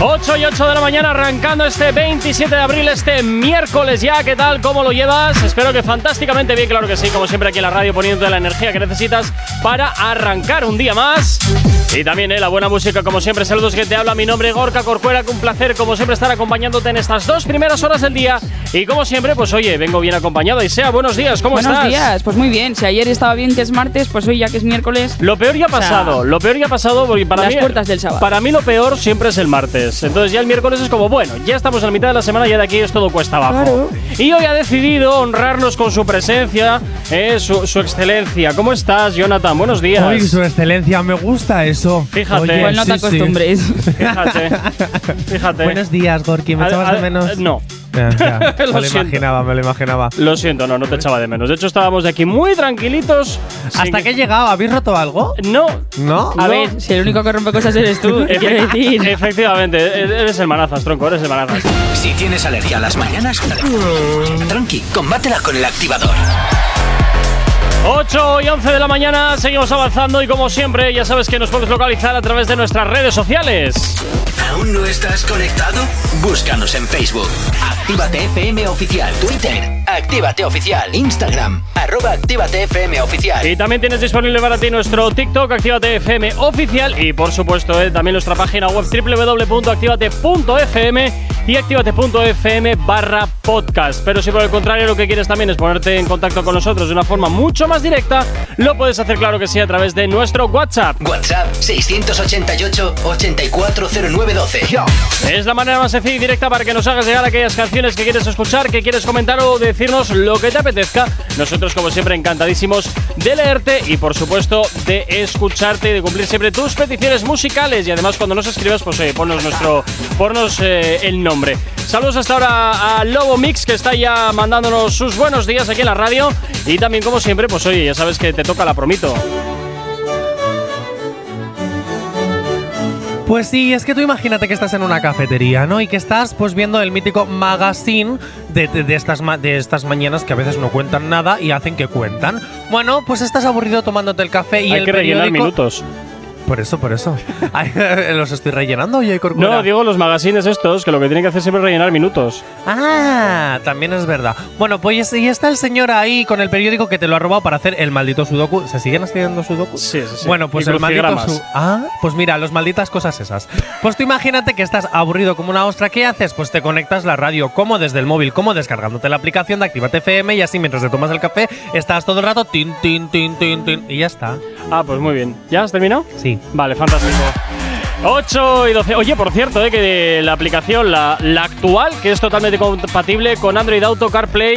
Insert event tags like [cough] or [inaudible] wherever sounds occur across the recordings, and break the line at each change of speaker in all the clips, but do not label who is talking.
8 y 8 de la mañana arrancando este 27 de abril, este miércoles ya. ¿Qué tal? ¿Cómo lo llevas? Espero que fantásticamente bien, claro que sí. Como siempre aquí en la radio poniéndote la energía que necesitas para arrancar un día más. Y también eh, la buena música, como siempre. Saludos que te habla. Mi nombre es Gorka Corcuera. que Un placer, como siempre, estar acompañándote en estas dos primeras horas del día. Y como siempre, pues oye, vengo bien acompañado. Y sea, buenos días, ¿cómo
Buenos
estás?
días, pues muy bien. Si ayer estaba bien que es martes, pues hoy ya que es miércoles.
Lo peor ya ha
O sea,
pasado, lo peor ya ha pasado porque para
las
mí
puertas del sábado.
Para mí lo peor siempre es el martes. Entonces ya el miércoles es como, bueno, ya estamos en la mitad de la semana ya de aquí es todo cuesta abajo.
Claro.
Y hoy ha decidido honrarnos con su presencia, eh, su, su excelencia. ¿Cómo estás, Jonathan? Buenos días.
Uy, su excelencia, me gusta eso.
Fíjate.
Igual no te
sí, sí. [laughs]
acostumbres.
Fíjate, fíjate.
Buenos días, Gorky, me
A-
echabas de
a-
menos.
No.
Ya, ya.
[laughs] Lo
me lo
siento.
imaginaba, me lo imaginaba.
Lo siento, no, no te echaba de menos. De hecho, estábamos de aquí muy tranquilitos. sin
¿Hasta qué he llegado? ¿Habéis roto algo?
No.
¿No?
A
No.
ver, si el único que rompe cosas eres
[laughs]
tú, te [laughs] quiero decir.
[laughs] Efectivamente, eres el manazas, tronco, eres el manazas.
Si tienes alergia a las mañanas, tranqui, combátela con el activador.
8 y 11 de la mañana, seguimos avanzando y como siempre, ya sabes que nos puedes localizar a través de nuestras redes sociales.
¿Aún no estás conectado? Búscanos en Facebook. Actívate FM Oficial. Twitter. Actívate Oficial. Instagram. Arroba Actívate FM Oficial.
Y también tienes disponible para ti nuestro TikTok, Actívate FM oficial y por supuesto eh, también nuestra página web www.activate.fm y activate.fm barra podcast. Pero si por el contrario lo que quieres también es ponerte en contacto con nosotros de una forma mucho más directa, lo puedes hacer claro que sí a través de nuestro WhatsApp.
WhatsApp 688-840912.
Es la manera más sencilla y directa para que nos hagas llegar aquellas canciones que quieres escuchar, que quieres comentar o decirnos lo que te apetezca. Nosotros, como siempre, encantadísimos de leerte y, por supuesto, de escucharte y de cumplir siempre tus peticiones musicales. Y además, cuando nos escribas, pues oye, ponnos, nuestro, ponnos eh, el nombre. Saludos hasta ahora a Lobo Mix, que está ya mandándonos sus buenos días aquí en la radio. Y también, como siempre, pues oye, ya sabes que te toca la promito.
Pues sí, es que tú imagínate que estás en una cafetería, ¿no? Y que estás pues viendo el mítico magazine de, de- de estas, ma- de estas mañanas que a veces no cuentan nada y hacen que cuentan. Bueno, pues estás aburrido tomándote el café y
Hay
el
que rellenar
periódico-
minutos.
Por eso, por eso. [laughs] Ay, Los estoy rellenando, yo y Corcuera.
No, digo los magazines estos, que lo que tienen que hacer siempre es rellenar minutos.
Ah, también es verdad. Bueno, pues y está el señor ahí con el periódico que te lo ha robado para hacer el maldito sudoku. ¿Se siguen haciendo sudoku?
Sí, sí, sí.
Bueno, pues
Y
el maldito
crucigramas.
su- Ah, pues mira, las malditas cosas esas. Pues tú imagínate que estás aburrido como una ostra. ¿Qué haces? Pues te conectas la radio, como desde el móvil, como descargándote la aplicación de Actívate FM y así mientras te tomas el café estás todo el rato tin, tin, tin, tin, tin. Y ya está.
Ah, pues muy bien. ¿Ya has terminado?
Sí.
Vale, fantástico. 8 y 12. Oye, por cierto, eh, que la aplicación, la, la actual, que es totalmente compatible con Android Auto, CarPlay,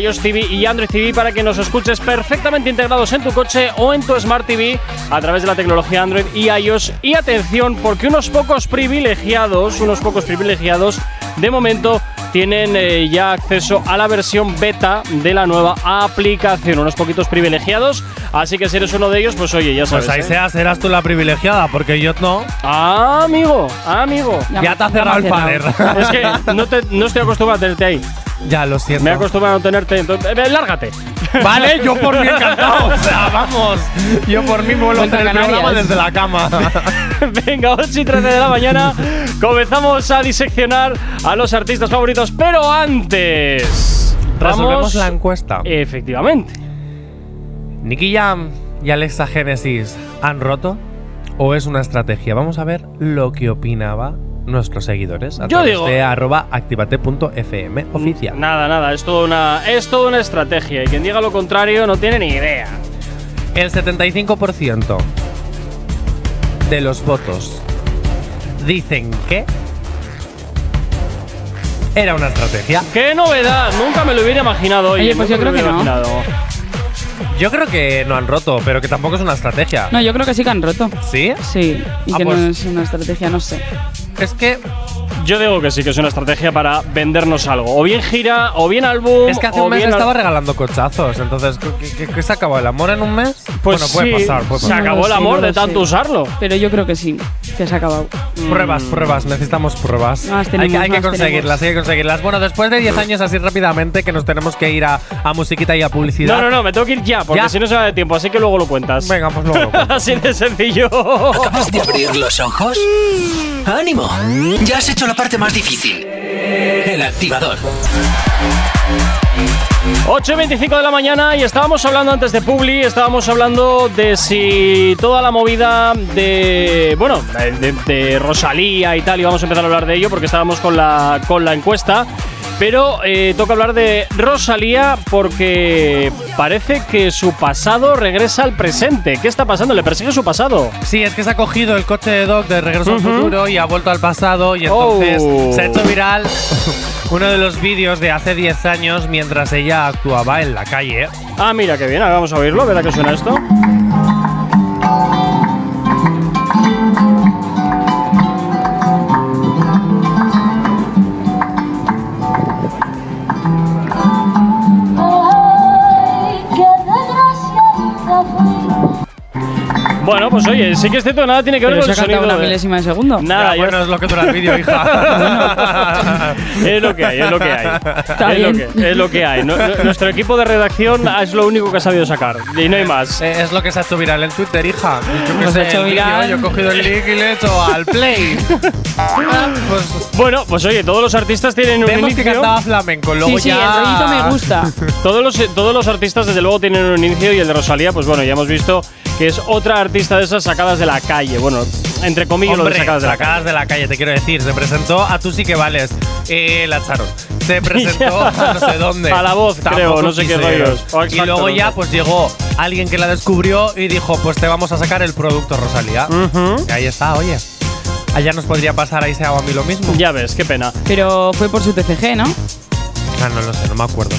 iOS TV y Android TV para que nos escuches perfectamente integrados en tu coche o en tu Smart TV a través de la tecnología Android y iOS. Y atención, porque unos pocos privilegiados, unos pocos privilegiados, de momento tienen eh, ya acceso a la versión beta de la nueva aplicación. Unos poquitos privilegiados, así que si eres uno de ellos, pues oye, ya sabes.
Pues ahí
¿eh?
seas, serás tú la privilegiada, porque yo no.
Ah, amigo, ah,
[laughs]
amigo.
Ya te ha cerrado el
pader.
pader.
Es que no, te- no estoy acostumbrado a tenerte ahí.
[laughs] ya lo siento.
Me he acostumbrado a no tenerte. Entonces, eh, eh, lárgate. [laughs]
Vale, yo por mí encantado. [laughs] O sea, vamos. Yo por mí vuelvo a
Vuelta
hacer el
a Canarias.
programa desde la cama.
Venga, 8 y 13 de la mañana. Comenzamos a diseccionar a los artistas favoritos. Pero antes.
[laughs] Resolvemos
vamos-
la encuesta.
Efectivamente.
Eh, ¿Nicky Jam y Alexa Genesis han roto? ¿O es una estrategia? Vamos a ver lo que opinaba nuestros seguidores. A
Yo
través
digo-
de arroba activate.fm oficial.
Nada, nada. Es toda una, es toda una estrategia. Y quien diga lo contrario no tiene ni idea.
El 75% de los votos dicen que era una estrategia.
¡Qué novedad! Nunca me lo hubiera imaginado.
Oye,
nunca
pues yo
me lo
creo
hubiera
que no.
imaginado.
Yo creo que no han roto, pero que tampoco es una estrategia.
No, yo creo que sí que han roto.
¿Sí?
Sí, y
Ah,
que
pues-
no es una estrategia, no sé.
Es que
Yo digo que sí, que es una estrategia para vendernos algo. O bien gira, o bien álbum.
es que hace
Oh, o
un mes
bien
estaba regalando cochazos, entonces ¿qué, qué- qué se acabó el amor en un mes?
Pues
bueno, puede
sí,
pasar, puede
se
pasar.
No
acabó
lo
el
sé,
amor
no lo
de tanto
sé.
usarlo.
Pero yo creo que sí. que se ha acabado.
Mm.
Pruebas, pruebas, necesitamos pruebas.
Más
hay que,
tenemos,
hay que
más
conseguirlas, hay que conseguirlas. Bueno, después de 10 años así rápidamente que nos tenemos que ir a, a musiquita y a publicidad.
No, no, no, me tengo que ir ya, porque
Ya.
si no se va de tiempo, así que luego lo cuentas.
Venga, pues
[laughs]
luego.
Así de sencillo.
¿Acabas de abrir los ojos? ¡Ánimo! Ya has hecho la parte más difícil. El activador.
8 y 25 de la mañana y estábamos hablando antes de Publi, estábamos hablando de si toda la movida de, bueno, de, de Rosalía y tal, y vamos a empezar a hablar de ello porque estábamos con la, con la encuesta, pero eh, toca hablar de Rosalía porque parece que su pasado regresa al presente. ¿Qué está pasando? ¿Le persigue su pasado?
Sí, es que se ha cogido el coche de Doc de Regreso al Futuro y ha vuelto al pasado y
Oh.
entonces se ha hecho viral [laughs] uno de los vídeos de hace 10 años mientras ella actuaba en la calle.
Ah, mira, qué bien, ahora vamos a oírlo, a ver a qué suena esto.
Ay, qué desgraciada fui.
Bueno, pues oye, sí que es cierto, nada tiene que ver
Pero
con
se ha
el
cantado
sonido.
una
de-
milésima de segundo.
Nada,
Ya,
yo-
bueno, es lo que dura el vídeo, hija.
[laughs] Es lo que hay, es lo que hay.
Está
es,
bien.
Lo que, es lo que hay. No- no- nuestro equipo de redacción es lo único que ha sabido sacar. Y no hay más.
Eh, es lo que se ha hecho viral en Twitter, hija. Yo que
Pues
sé,
ha hecho
el vídeo,
viral.
yo he cogido el link y le he hecho al play.
[laughs]
Ah, pues
Bueno, pues oye, todos los artistas tienen un
vemos que
inicio.
cantaba flamenco, luego
Sí, sí,
ya...
el rollito me gusta.
Todos los, todos los artistas, desde luego, tienen un inicio. Y el de Rosalía, pues bueno, ya hemos visto que es otra artista de esas sacadas de la calle. Bueno, entre comillas, lo de
Hombre,
sacadas de la calle.
sacadas de la calle, te quiero decir. Se presentó a Tú sí que vales. Eh, la echaron. Se
[laughs]
presentó a no sé dónde.
A La Voz, creo, no sé qué
quisieron.
rollos. O X
Y
Factor, no
luego ya
sé.
pues llegó alguien que la descubrió y dijo, pues te vamos a sacar el producto, Rosalía.
Ujú.
Y ahí está, oye. Allá nos podría pasar a Isao a mí lo mismo.
Ya ves, qué pena.
Pero fue por su TCG, ¿no?
Ah, no lo sé, no me acuerdo.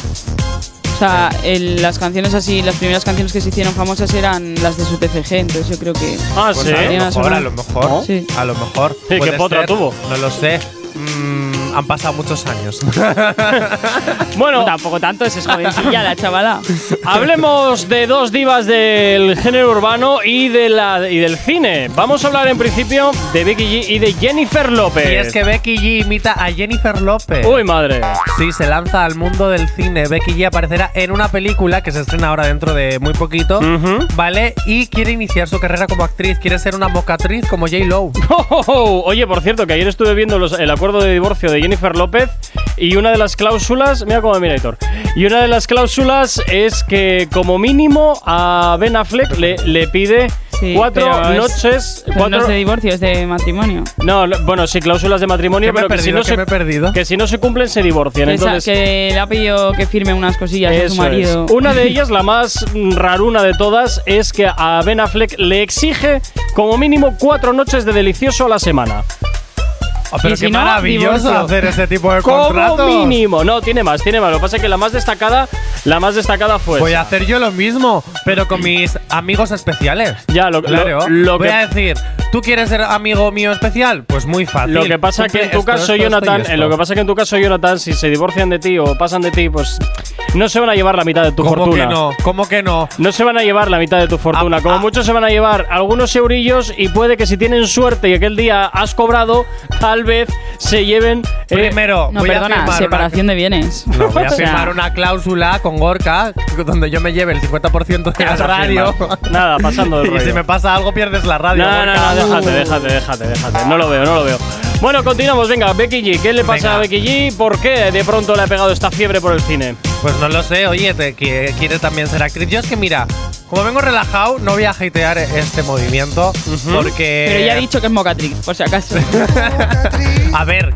O sea, el- las canciones así, las primeras canciones que se hicieron famosas eran las de su TCG, entonces yo creo que.
Ah, sí.
Pues a lo
Podría
mejor,
sonar.
a lo mejor.
¿No?
Sí.
A lo mejor.
Sí,
puede
¿qué potra
ser,
tuvo?
No lo sé. Mm, han pasado
[laughs]
muchos años.
Bueno,
tampoco tanto, es jovencilla la chavala.
Hablemos de dos divas del género urbano y, de la, y del cine. Vamos a hablar en principio de Becky G y de Jennifer López.
y es que Becky G imita a Jennifer López.
Uy, madre. [laughs]
Sí, se lanza al mundo del cine. Becky G aparecerá en una película que se estrena ahora dentro de muy poquito,
Ujú.
¿vale? Y quiere iniciar su carrera como actriz, quiere ser una mocatriz como J. Lo.
Oye, por cierto, que ayer estuve viendo los- el acuerdo de divorcio de Jennifer López y una de las cláusulas, mira cómo me mira Hitor, y una de las cláusulas es que como mínimo a Ben Affleck le, le pide
Sí,
cuatro
pero es-
noches,
Pero
cuatro,
No es de divorcio, es de matrimonio.
no, no, bueno, sí, cláusulas de matrimonio,
Que me he
pero que si,
perdido,
no
que me he
se,
perdido.
que si no se cumplen se divorcian.
Que, esa-
Entonces,
que le ha pedido que firme unas cosillas a su
Eso
marido. [laughs]
es. Una de ellas, la más mm, raruna de todas, es que a Ben Affleck le exige como mínimo cuatro noches de delicioso a la semana.
Oh, pero
Y si
qué
no,
maravilloso
divorcio.
hacer este tipo de
Como
contratos.
mínimo. No, tiene más, tiene más. Lo que pasa es que la más destacada, la más destacada fue.
Voy
esa.
a hacer yo lo mismo, pero con mis amigos especiales.
Ya, lo- lo-
claro.
lo
Voy
que-
a decir, ¿tú quieres ser amigo mío especial? Pues muy fácil.
Lo que pasa que en
Cumple
tu
esto,
caso,
esto, esto y
Jonathan,
esto.
eh, lo que pasa que en tu caso, Jonathan, si se divorcian de ti o pasan de ti, pues no se van a llevar la mitad de tu
¿Cómo
fortuna.
que no? ¿Cómo que no?
No se van a llevar la mitad de tu fortuna.
Ah,
Como
ah.
mucho se van a llevar algunos eurillos y puede que si tienen suerte y aquel día has cobrado, tal vez se lleven. eh,
Primero,
No,
voy a
perdona,
firmar una-
separación de bienes.
No,
[laughs]
voy a
O sea,
firmar una cláusula con Gorka donde yo me lleve el 50% de la
vas a [laughs]
radio.
firmar? Nada, pasando del
[laughs] y si
rollo.
me pasa algo, pierdes la radio.
No, no, no,
Gorka. Uh.
déjate, déjate, déjate, déjate. No lo veo, no lo veo. Bueno, continuamos, venga, Becky G. ¿Qué le pasa
Venga.
a Becky G? ¿Por qué de pronto le ha pegado esta fiebre por el cine?
Pues no lo sé, oye, te, que quiere también ser actriz. Yo es que mira, como vengo relajado, no voy a hatear este movimiento porque.
Pero
Eh.
ya he dicho que es mocatriz, por
[laughs]
si acaso.
A ver,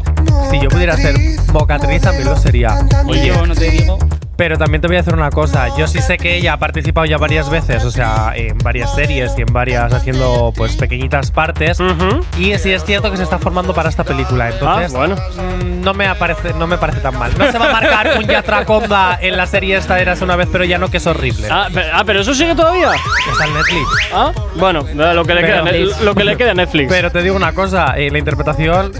si yo pudiera ser mocatriz, también lo sería.
Y yo no te digo.
Pero también te voy a decir una cosa, yo sí sé que ella ha participado ya varias veces, o sea, en varias series y en varias haciendo pues pequeñitas partes.
Ujú.
Y sí es cierto que se está formando para esta película, entonces
Ah, bueno.
mm, no me aparece, no me parece tan mal. No se va a marcar un Yatraconda en la serie esta eras una vez, pero ya no que es horrible.
Ah, pe- ah, pero eso sigue todavía.
Está en Netflix.
Ah, bueno, nada, lo que le
Pero-
queda, lo que le queda a Netflix.
Pero te digo una cosa, eh, la interpretación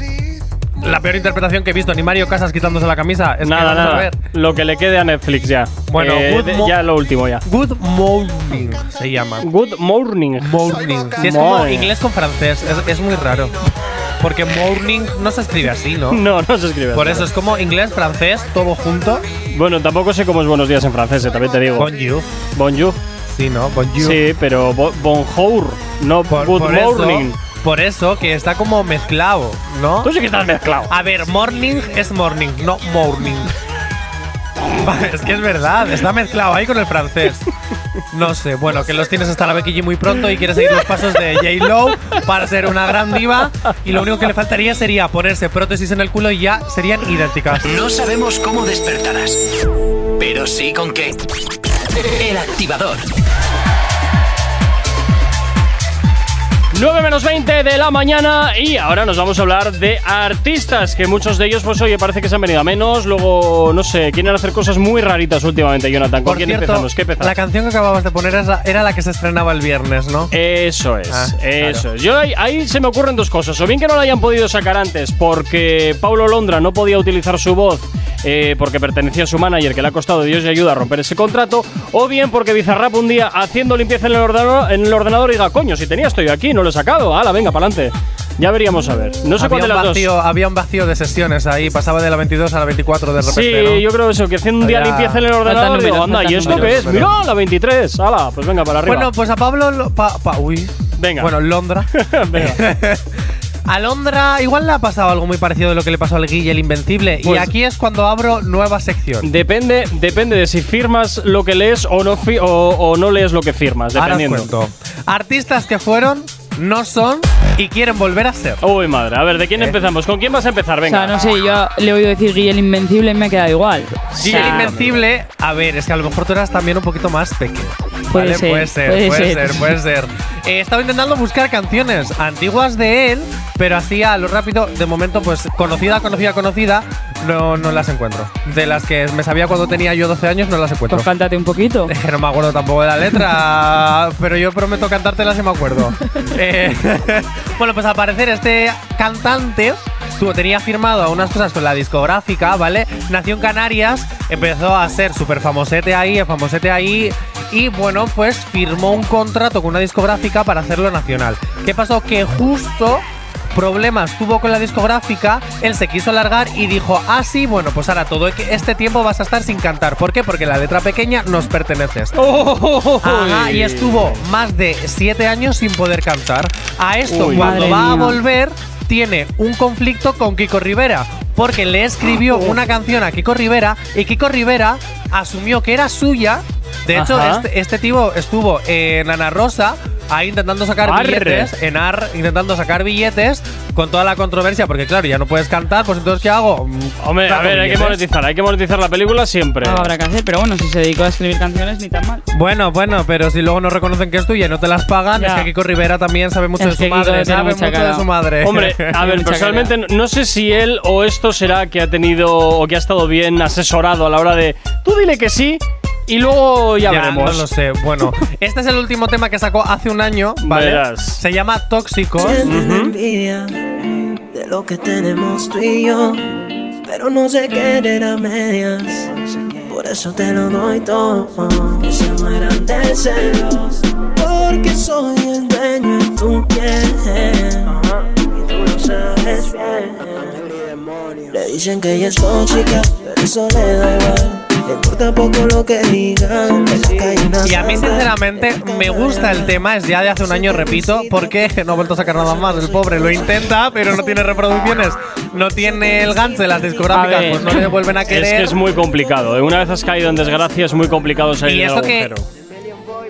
la peor interpretación que he visto, ni Mario Casas quitándose la camisa. Es que
nada,
vamos a
nada.
ver.
Lo que le quede a Netflix ya.
Bueno,
Eh,
Good
de-
Mo-
ya lo último ya.
Good morning se llama.
Good morning.
Morning. Sí, es como
Morning.
inglés con francés. Es, es muy raro. Porque morning no se escribe así, ¿no?
No, no se escribe.
Por
así.
eso es como inglés, francés, todo junto.
Bueno, tampoco sé cómo es buenos días en francés, eh, también te digo.
Bonjour.
Bonjour.
Sí, ¿no? Bonjour.
Sí, pero bo- bonjour, no
Por,
good
por
morning.
Eso, por eso que está como mezclado, ¿no?
Tú sí que estás mezclado.
A ver, morning es morning, no morning. [laughs] Vale, es que es verdad, está mezclado ahí con el francés. No sé, bueno, que los tienes hasta la Becky G muy pronto y quieres seguir los pasos de J. Lowe para ser una gran diva. Y lo único que le faltaría sería ponerse prótesis en el culo y ya serían idénticas.
No sabemos cómo despertarás, pero sí con qué. El activador.
9 menos 20 de la mañana y ahora nos vamos a hablar de artistas, que muchos de ellos, pues oye, parece que se han venido a menos, luego, no sé, quieren hacer cosas muy raritas últimamente, Jonathan. ¿Con
Por
quién
cierto,
empezamos? ¿Qué
la
empezamos?
canción que acababas de poner es la- era la que se estrenaba el viernes, ¿no?
Eso es,
Ah,
eso
claro.
es. Yo ahí, ahí se me ocurren dos cosas. O bien que no la hayan podido sacar antes porque Paulo Londra no podía utilizar su voz eh, porque pertenecía a su manager que le ha costado Dios y ayuda a romper ese contrato. O bien porque Bizarrap un día haciendo limpieza en el ordenador, en el ordenador diga, coño, si tenía estoy aquí, no lo he sacado. Ala, venga, para adelante. Ya veríamos a ver. No sé cuál
había,
de
un
las
vacío, había un vacío de sesiones ahí, pasaba de la 22 a la 24 de
dos.
repente.
Sí,
¿no?
yo creo eso, que haciendo un día
Había-
limpieza en el ordenador,
números,
digo, anda,
faltan
¿y esto
números,
qué es?
pero-
Mira, la 23, ala, pues venga, para arriba.
Bueno, pues a Pablo. Lo- Pa, pa- uy.
Venga.
Bueno, Londra.
[laughs] Venga.
[laughs] a Londra igual le ha pasado algo muy parecido de lo que le pasó al Guille el Invencible. y
Pues-
aquí es cuando abro nueva sección.
Depende, depende de si firmas lo que lees o no, fi- o, o no lees lo que firmas,
Ahora os
dependiendo.
cuento. Artistas que fueron, no son y quieren volver a ser.
Uy, madre. A ver, ¿de quién
Eh.
empezamos? ¿Con quién vas a empezar?
O sea,
Venga. [laughs]
no sé, yo le he oído decir Guille el Invencible y me ha quedado igual. O
Guille el
sea,
Invencible, a ver, es que a lo mejor tú eras también un poquito más pequeño.
Puede ser,
puede ser, puede,
puede
ser,
ser.
puede ser. Eh, estaba intentando buscar canciones antiguas de él, pero así a lo rápido, de momento, pues conocida, conocida, conocida, no, no las encuentro. De las que me sabía cuando tenía yo 12 años, no las encuentro.
Pues cántate un
[laughs]
poquito.
Es que [laughs] no me acuerdo tampoco de la letra, pero yo prometo cantártela si me acuerdo. Eh, [laughs] bueno, pues al parecer este cantante tuvo, tenía firmado unas cosas con la discográfica, ¿vale? Nació en Canarias, empezó a ser súper famosete ahí, eh, famosete ahí, y bueno, pues firmó un contrato con una discográfica para hacerlo nacional. ¿Qué pasó? Que justo problemas tuvo con la discográfica, él se quiso alargar y dijo, ah sí, bueno, pues ahora todo este tiempo vas a estar sin cantar. ¿Por qué? Porque la letra pequeña nos perteneces. Ajá,
eh.
y estuvo más de siete años sin poder cantar. A esto,
Uy.
cuando
Madre
va a
mía.
volver, tiene un conflicto con Kiko Rivera. Porque le escribió
Ah,
una canción a Kiko Rivera y Kiko Rivera asumió que era suya. De hecho,
Ajá.
este, este tío estuvo en Ana Rosa ahí intentando sacar
Arre.
billetes, en AR intentando sacar billetes con toda la controversia, porque claro, ya no puedes cantar, pues entonces ¿qué hago? Mm,
Hombre, a
saco
ver, hay que
billetes.
monetizar. Hay que monetizar la película siempre.
Algo habrá que hacer, pero bueno, si se dedicó a escribir canciones, ni tan mal.
Bueno, bueno, pero si luego no reconocen que es tuya y no te las pagan,
Ya.
es que Kiko Rivera también sabe mucho
Es
de su
que Kiko
madre,
tiene
sabe
mucha
mucho de
cara.
su
[laughs]
madre. [laughs]
Hombre, a ver,
Mucha
personalmente no- no sé si él o esto será que ha tenido o que ha estado bien asesorado a la hora de tú dile que sí y luego ya,
Ya,
veremos.
No lo sé. Bueno, este es el último tema que sacó hace un año, ¿vale?
Verás.
Se llama Tóxicos.
Tienen envidia de lo que tenemos tú y yo, pero no sé querer a medias. Por eso te lo doy todo, que se mueran de celos, porque soy el dueño y tú quién. Y tú lo sabes bien. Le dicen que ella es tóxica, pero eso le da igual. Le importa poco lo que digan. en la calle nada
Y a mí,
más.
sinceramente, me gusta el tema. Es ya de hace un año, repito, porque [laughs] no ha vuelto a sacar nada más. El pobre lo intenta, pero no tiene reproducciones. No tiene el gancho de las
A
discográficas,
ver.
pues no le vuelven a querer.
Es que es muy complicado. ¿eh? Una vez has caído en desgracia, es muy complicado salir
Y
del
esto que
agujero.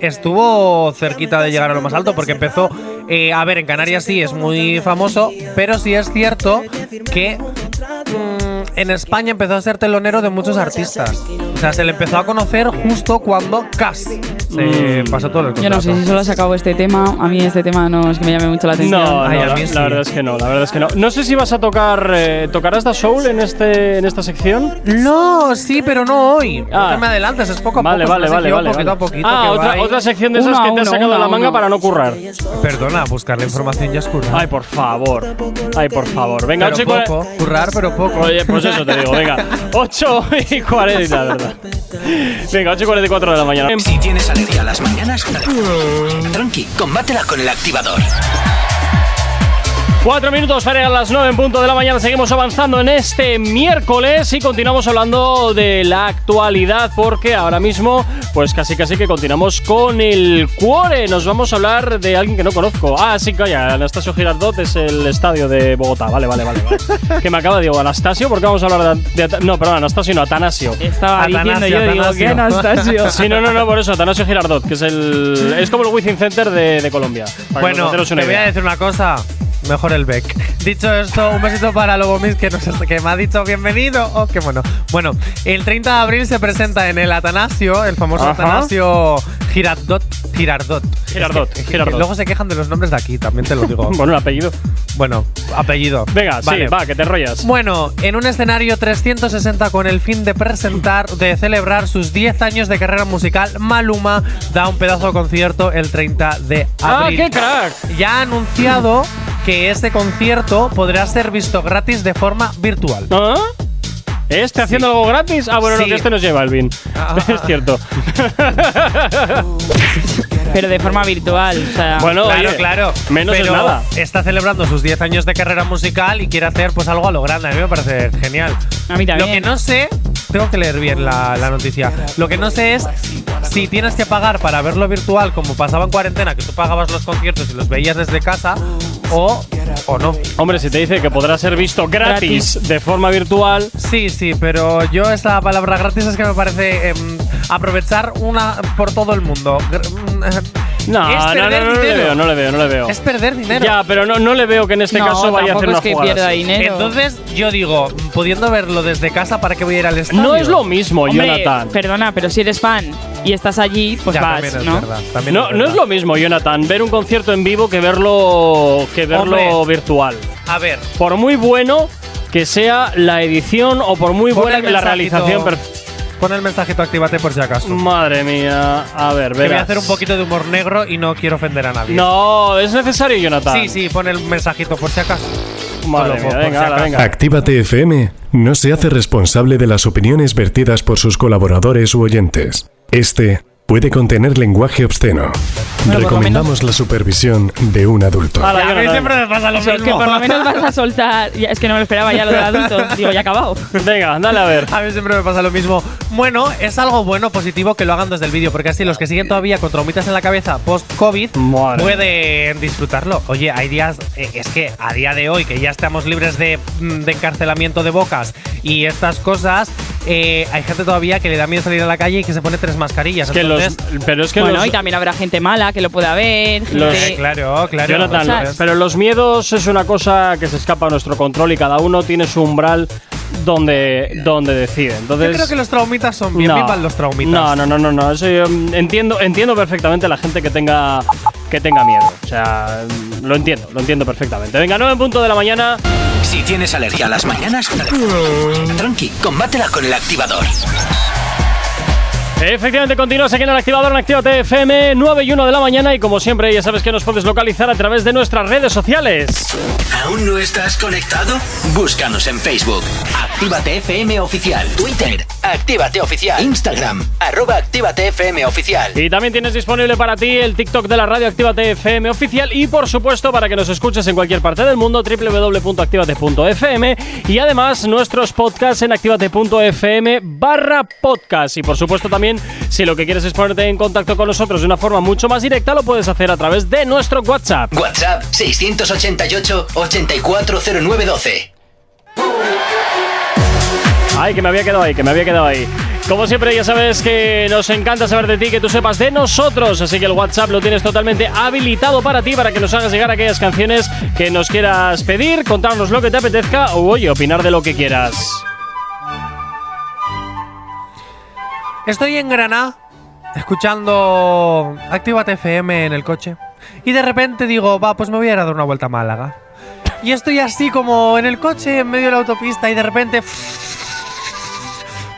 estuvo cerquita de llegar a lo más alto porque empezó, eh, a ver, en Canarias sí es muy famoso, pero sí es cierto que mm, en España empezó a ser telonero de muchos artistas. O sea, se le empezó a conocer justo cuando Cas Se pasó todo el contrato.
Yo no sé si solo has sacado este tema. A mí este tema no es que me llame mucho la atención.
No,
Ay,
no,
a
la,
mí sí.
la verdad es que no, la verdad es que no. No sé si vas a tocar, eh, ¿tocarás Da Soul en, este, en esta sección?
No, sí, pero no hoy.
Ah.
No te me adelantes, es poco a
Vale,
poco.
vale,
es una
vale,
sección
vale. vale.
Poquito a poquito.
ah,
que
otra,
va
otra
ahí.
sección de
Uno
esas
a
que te has
uno,
sacado
uno
de la
a
manga
uno.
para no currar.
Perdona, buscar la información ya es currar.
Ay, por favor. Ay, por favor. Venga,
pero
ocho y cua-
poco. Currar, pero poco.
Oye, pues eso te digo,
[laughs]
venga. [laughs] 8 y 40, la verdad. Venga, 8 y 44 de la mañana.
Si tienes alergia a las mañanas, dale. tranqui, combátela con el activador.
4 minutos para llegar a las 9 en punto de la mañana. Seguimos avanzando en este miércoles y continuamos hablando de la actualidad porque ahora mismo, pues casi casi que continuamos con el cuore. Nos vamos a hablar de alguien que no conozco. Ah, sí, calla, Anastasio Girardot es el estadio de Bogotá. Vale, vale, vale.
[laughs]
vale. que me acaba, digo, Anastasio, porque vamos a hablar de... At- de At- no, perdón, Anastasio, no, Atanasio.
Estaba
Atanasio,
diciendo yo, digo,
Atanasio.
¿qué Anastasio?
Sí, no, no, no, por eso, Atanasio Girardot, que es el. Es como el Wizzing Center de, de Colombia. para que nos
Bueno,
hacemos
te
una
voy a
idea.
decir una cosa. Mejor el Beck. Dicho esto, un besito para Lobomis que, nos, que me ha dicho bienvenido. Oh, qué bueno. Bueno, el 30 de abril se presenta en el Atanasio, el famoso
Ajá.
Atanasio Girardot. Girardot.
Girardot,
Es que-
Girardot.
Luego se quejan de los nombres de aquí, también te lo digo.
[laughs] Bueno, el apellido.
bueno, apellido.
Venga,
Vale.
sí, va, que te enrollas.
Bueno, en un escenario 360 con el fin de presentar, de celebrar sus 10 años de carrera musical, Maluma da un pedazo de concierto el 30 de
¡Ah,
abril.
qué crack!
Ya ha anunciado que este concierto podrá ser visto gratis de forma virtual.
¿Ah? ¿Este haciendo algo gratis? Ah, bueno, no,
Sí.
que este nos lleva, Alvin.
Ah.
[laughs] es
[laughs]
cierto.
Pero de forma virtual. O sea,
Bueno,
claro,
oye,
claro.
Menos
pero
es nada.
Está celebrando sus 10 años de carrera musical y quiere hacer pues algo a lo grande. A mí me parece genial.
A mí
Lo
también.
que no sé, tengo que leer bien la, la noticia. Lo que no sé es si tienes que pagar para verlo virtual, como pasaba en cuarentena, que tú pagabas los conciertos y los veías desde casa, o, o no.
Hombre, si te dice que podrá ser visto gratis, de forma virtual.
Sí, sí, pero yo esta palabra gratis es que me parece em, aprovechar una por todo el mundo. Gr- mm,
No,
Es
no, no,
perder
no, no le
dinero.
veo, no le veo, no le veo.
Es perder dinero.
Ya, pero no, no le veo que en este
no,
caso vaya a hacer
tampoco
una
es que
jugada
pierda
así.
dinero.
Entonces yo digo, pudiendo verlo desde casa, ¿para qué voy a ir al estadio?
No es lo mismo,
Hombre,
Jonathan.
perdona, pero si eres fan y estás allí, pues
Ya,
vas,
también es
¿no?
verdad, también
No, no
verdad.
es lo mismo, Jonathan, ver un concierto en vivo que verlo, que verlo
Hombre.
virtual.
A ver,
Por muy bueno que sea la edición o por muy
Ponle
buena
el
la
mensajito.
realización. perf-
pon el mensajito, actívate por si acaso.
Madre mía, a ver,
Que voy a
verás.
hacer un poquito de humor negro y no quiero ofender a nadie.
No, es necesario, Jonathan.
Sí, sí, pon el mensajito por si acaso.
Madre
Solo
mía,
por- por
venga,
si
hala,
acaso.
venga.
Actívate FM no se hace responsable de las opiniones vertidas por sus colaboradores u oyentes. Este puede contener lenguaje obsceno.
por lo
Recomendamos la supervisión de un adulto.
Hala,
A mí
Jonathan.
siempre me pasa lo
O sea, que
mismo.
por lo menos vas a soltar. Ya, es que no me lo esperaba ya lo del adulto. Digo,
[laughs]
ya he acabado.
Venga, dale a ver.
A mí siempre me pasa lo mismo. Bueno, es algo bueno, positivo que lo hagan desde el vídeo, porque así los que siguen todavía con traumitas en la cabeza post-COVID
Madre.
pueden disfrutarlo. Oye, hay días, eh, es que a día de hoy, que ya estamos libres de, mm, de encarcelamiento de bocas y estas cosas, eh, hay gente todavía que le da miedo salir a la calle y que se pone tres mascarillas.
Que los,
Entonces,
pero es que
bueno,
los,
y también habrá gente mala que lo pueda ver.
Los-
gente-
Eh, claro, claro.
Jonathan,
o sea,
los- pero los miedos es una cosa que se escapa a nuestro control y cada uno tiene su umbral donde, donde decide. Entonces,
Yo creo que los traumitas son bien, bien para los traumitas.
No, no, no, no, no. Eso yo, mm, entiendo, entiendo perfectamente la gente que tenga que tenga miedo. O sea, mm, lo entiendo, lo entiendo perfectamente. Venga, 9 en punto de la mañana.
Si tienes alergia a las mañanas, dale. tranqui, combátela con el activador.
Efectivamente, continúas aquí en el activador en Activa TFM, 9 y 1 de la mañana. Y como siempre, ya sabes que nos puedes localizar a través de nuestras redes sociales.
¿Aún no estás conectado? Búscanos en Facebook. Actívate FM Oficial. Twitter. Actívate Oficial. Instagram. Arroba Actívate FM Oficial.
Y también tienes disponible para ti el TikTok de la radio Actívate FM oficial y por supuesto para que nos escuches en cualquier parte del mundo www.activate.fm y además nuestros podcasts en activate.fm barra podcast y por supuesto también si lo que quieres es ponerte en contacto con nosotros de una forma mucho más directa lo puedes hacer a través de nuestro WhatsApp.
WhatsApp 688-840912.
Ay, que me había quedado ahí, que me había quedado ahí. Como siempre, ya sabes que nos encanta saber de ti, que tú sepas de nosotros, así que el WhatsApp lo tienes totalmente habilitado para ti, para que nos hagas llegar aquellas canciones que nos quieras pedir, contarnos lo que te apetezca o oye, opinar de lo que quieras.
Estoy en Granada escuchando Actívate FM en el coche. Y de repente digo, va, pues me voy a ir a dar una vuelta a Málaga. Y estoy así como en el coche, en medio de la autopista, y de repente.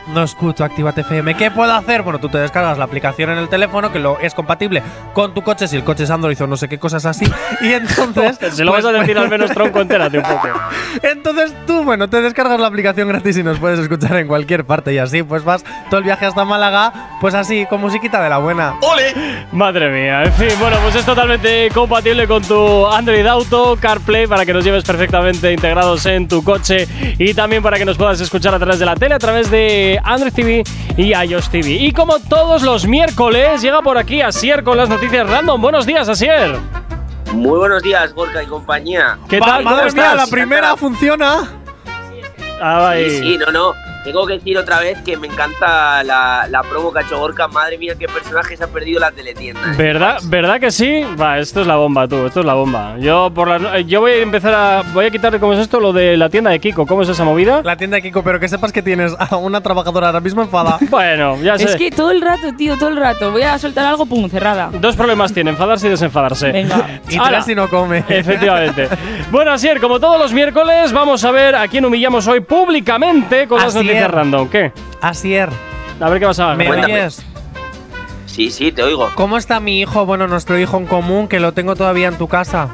No escucho Actívate FM. ¿Qué puedo hacer? Bueno, tú te descargas la aplicación en el teléfono que lo es compatible con tu coche si el coche es Android o no sé qué cosas así.
[laughs]
Y entonces.
Se lo
pues,
vas a decir al menos tronco, entérate un poco.
entonces tú, bueno, te descargas la aplicación gratis y nos puedes escuchar en cualquier parte y así, pues vas todo el viaje hasta Málaga, pues así, con musiquita de la buena.
Madre mía, en fin, bueno, pues es totalmente compatible con tu Android Auto, CarPlay, para que nos lleves perfectamente integrados en tu coche y también para que nos puedas escuchar a través de la tele, a través de Android TV y iOS TV. Y como todos los miércoles, llega por aquí Asier con las noticias random. Buenos días, Asier.
Muy buenos días, Gorka y compañía.
¿Qué
Va-
tal? ¿Cómo
Madre mía,
estás?
la primera funciona.
Ah,
Sí,
ahí.
sí, no, no. Tengo que decir otra vez que me encanta la, la promo que ha hecho Gorka. Madre mía, qué personaje se ha perdido la teletienda. ¿eh?
¿Verdad, ¿Verdad que sí? Va, esto es la bomba, tú, esto es la bomba. Yo por las no- eh, yo voy a empezar a. Voy a quitarle, ¿cómo es esto? Lo de la tienda de Kiko. ¿Cómo es esa movida?
La tienda de Kiko, pero que sepas que tienes a una trabajadora ahora mismo enfadada.
Bueno, ya sé.
Es que todo el rato, tío, todo el rato. Voy a soltar algo, pum, cerrada.
Dos problemas tiene, enfadarse y desenfadarse.
Venga.
y
Ala.
tres si no come.
Efectivamente. bueno, Asier, como todos los miércoles, vamos a ver a quién humillamos hoy públicamente con las
Asier.
noticias random. ¿Qué?
Asier,
A ver qué vas a
¿me
ver.
Cuéntame.
oyes?
Sí, sí, te oigo.
¿Cómo está mi hijo? Bueno, nuestro hijo en común, que lo tengo todavía en tu casa.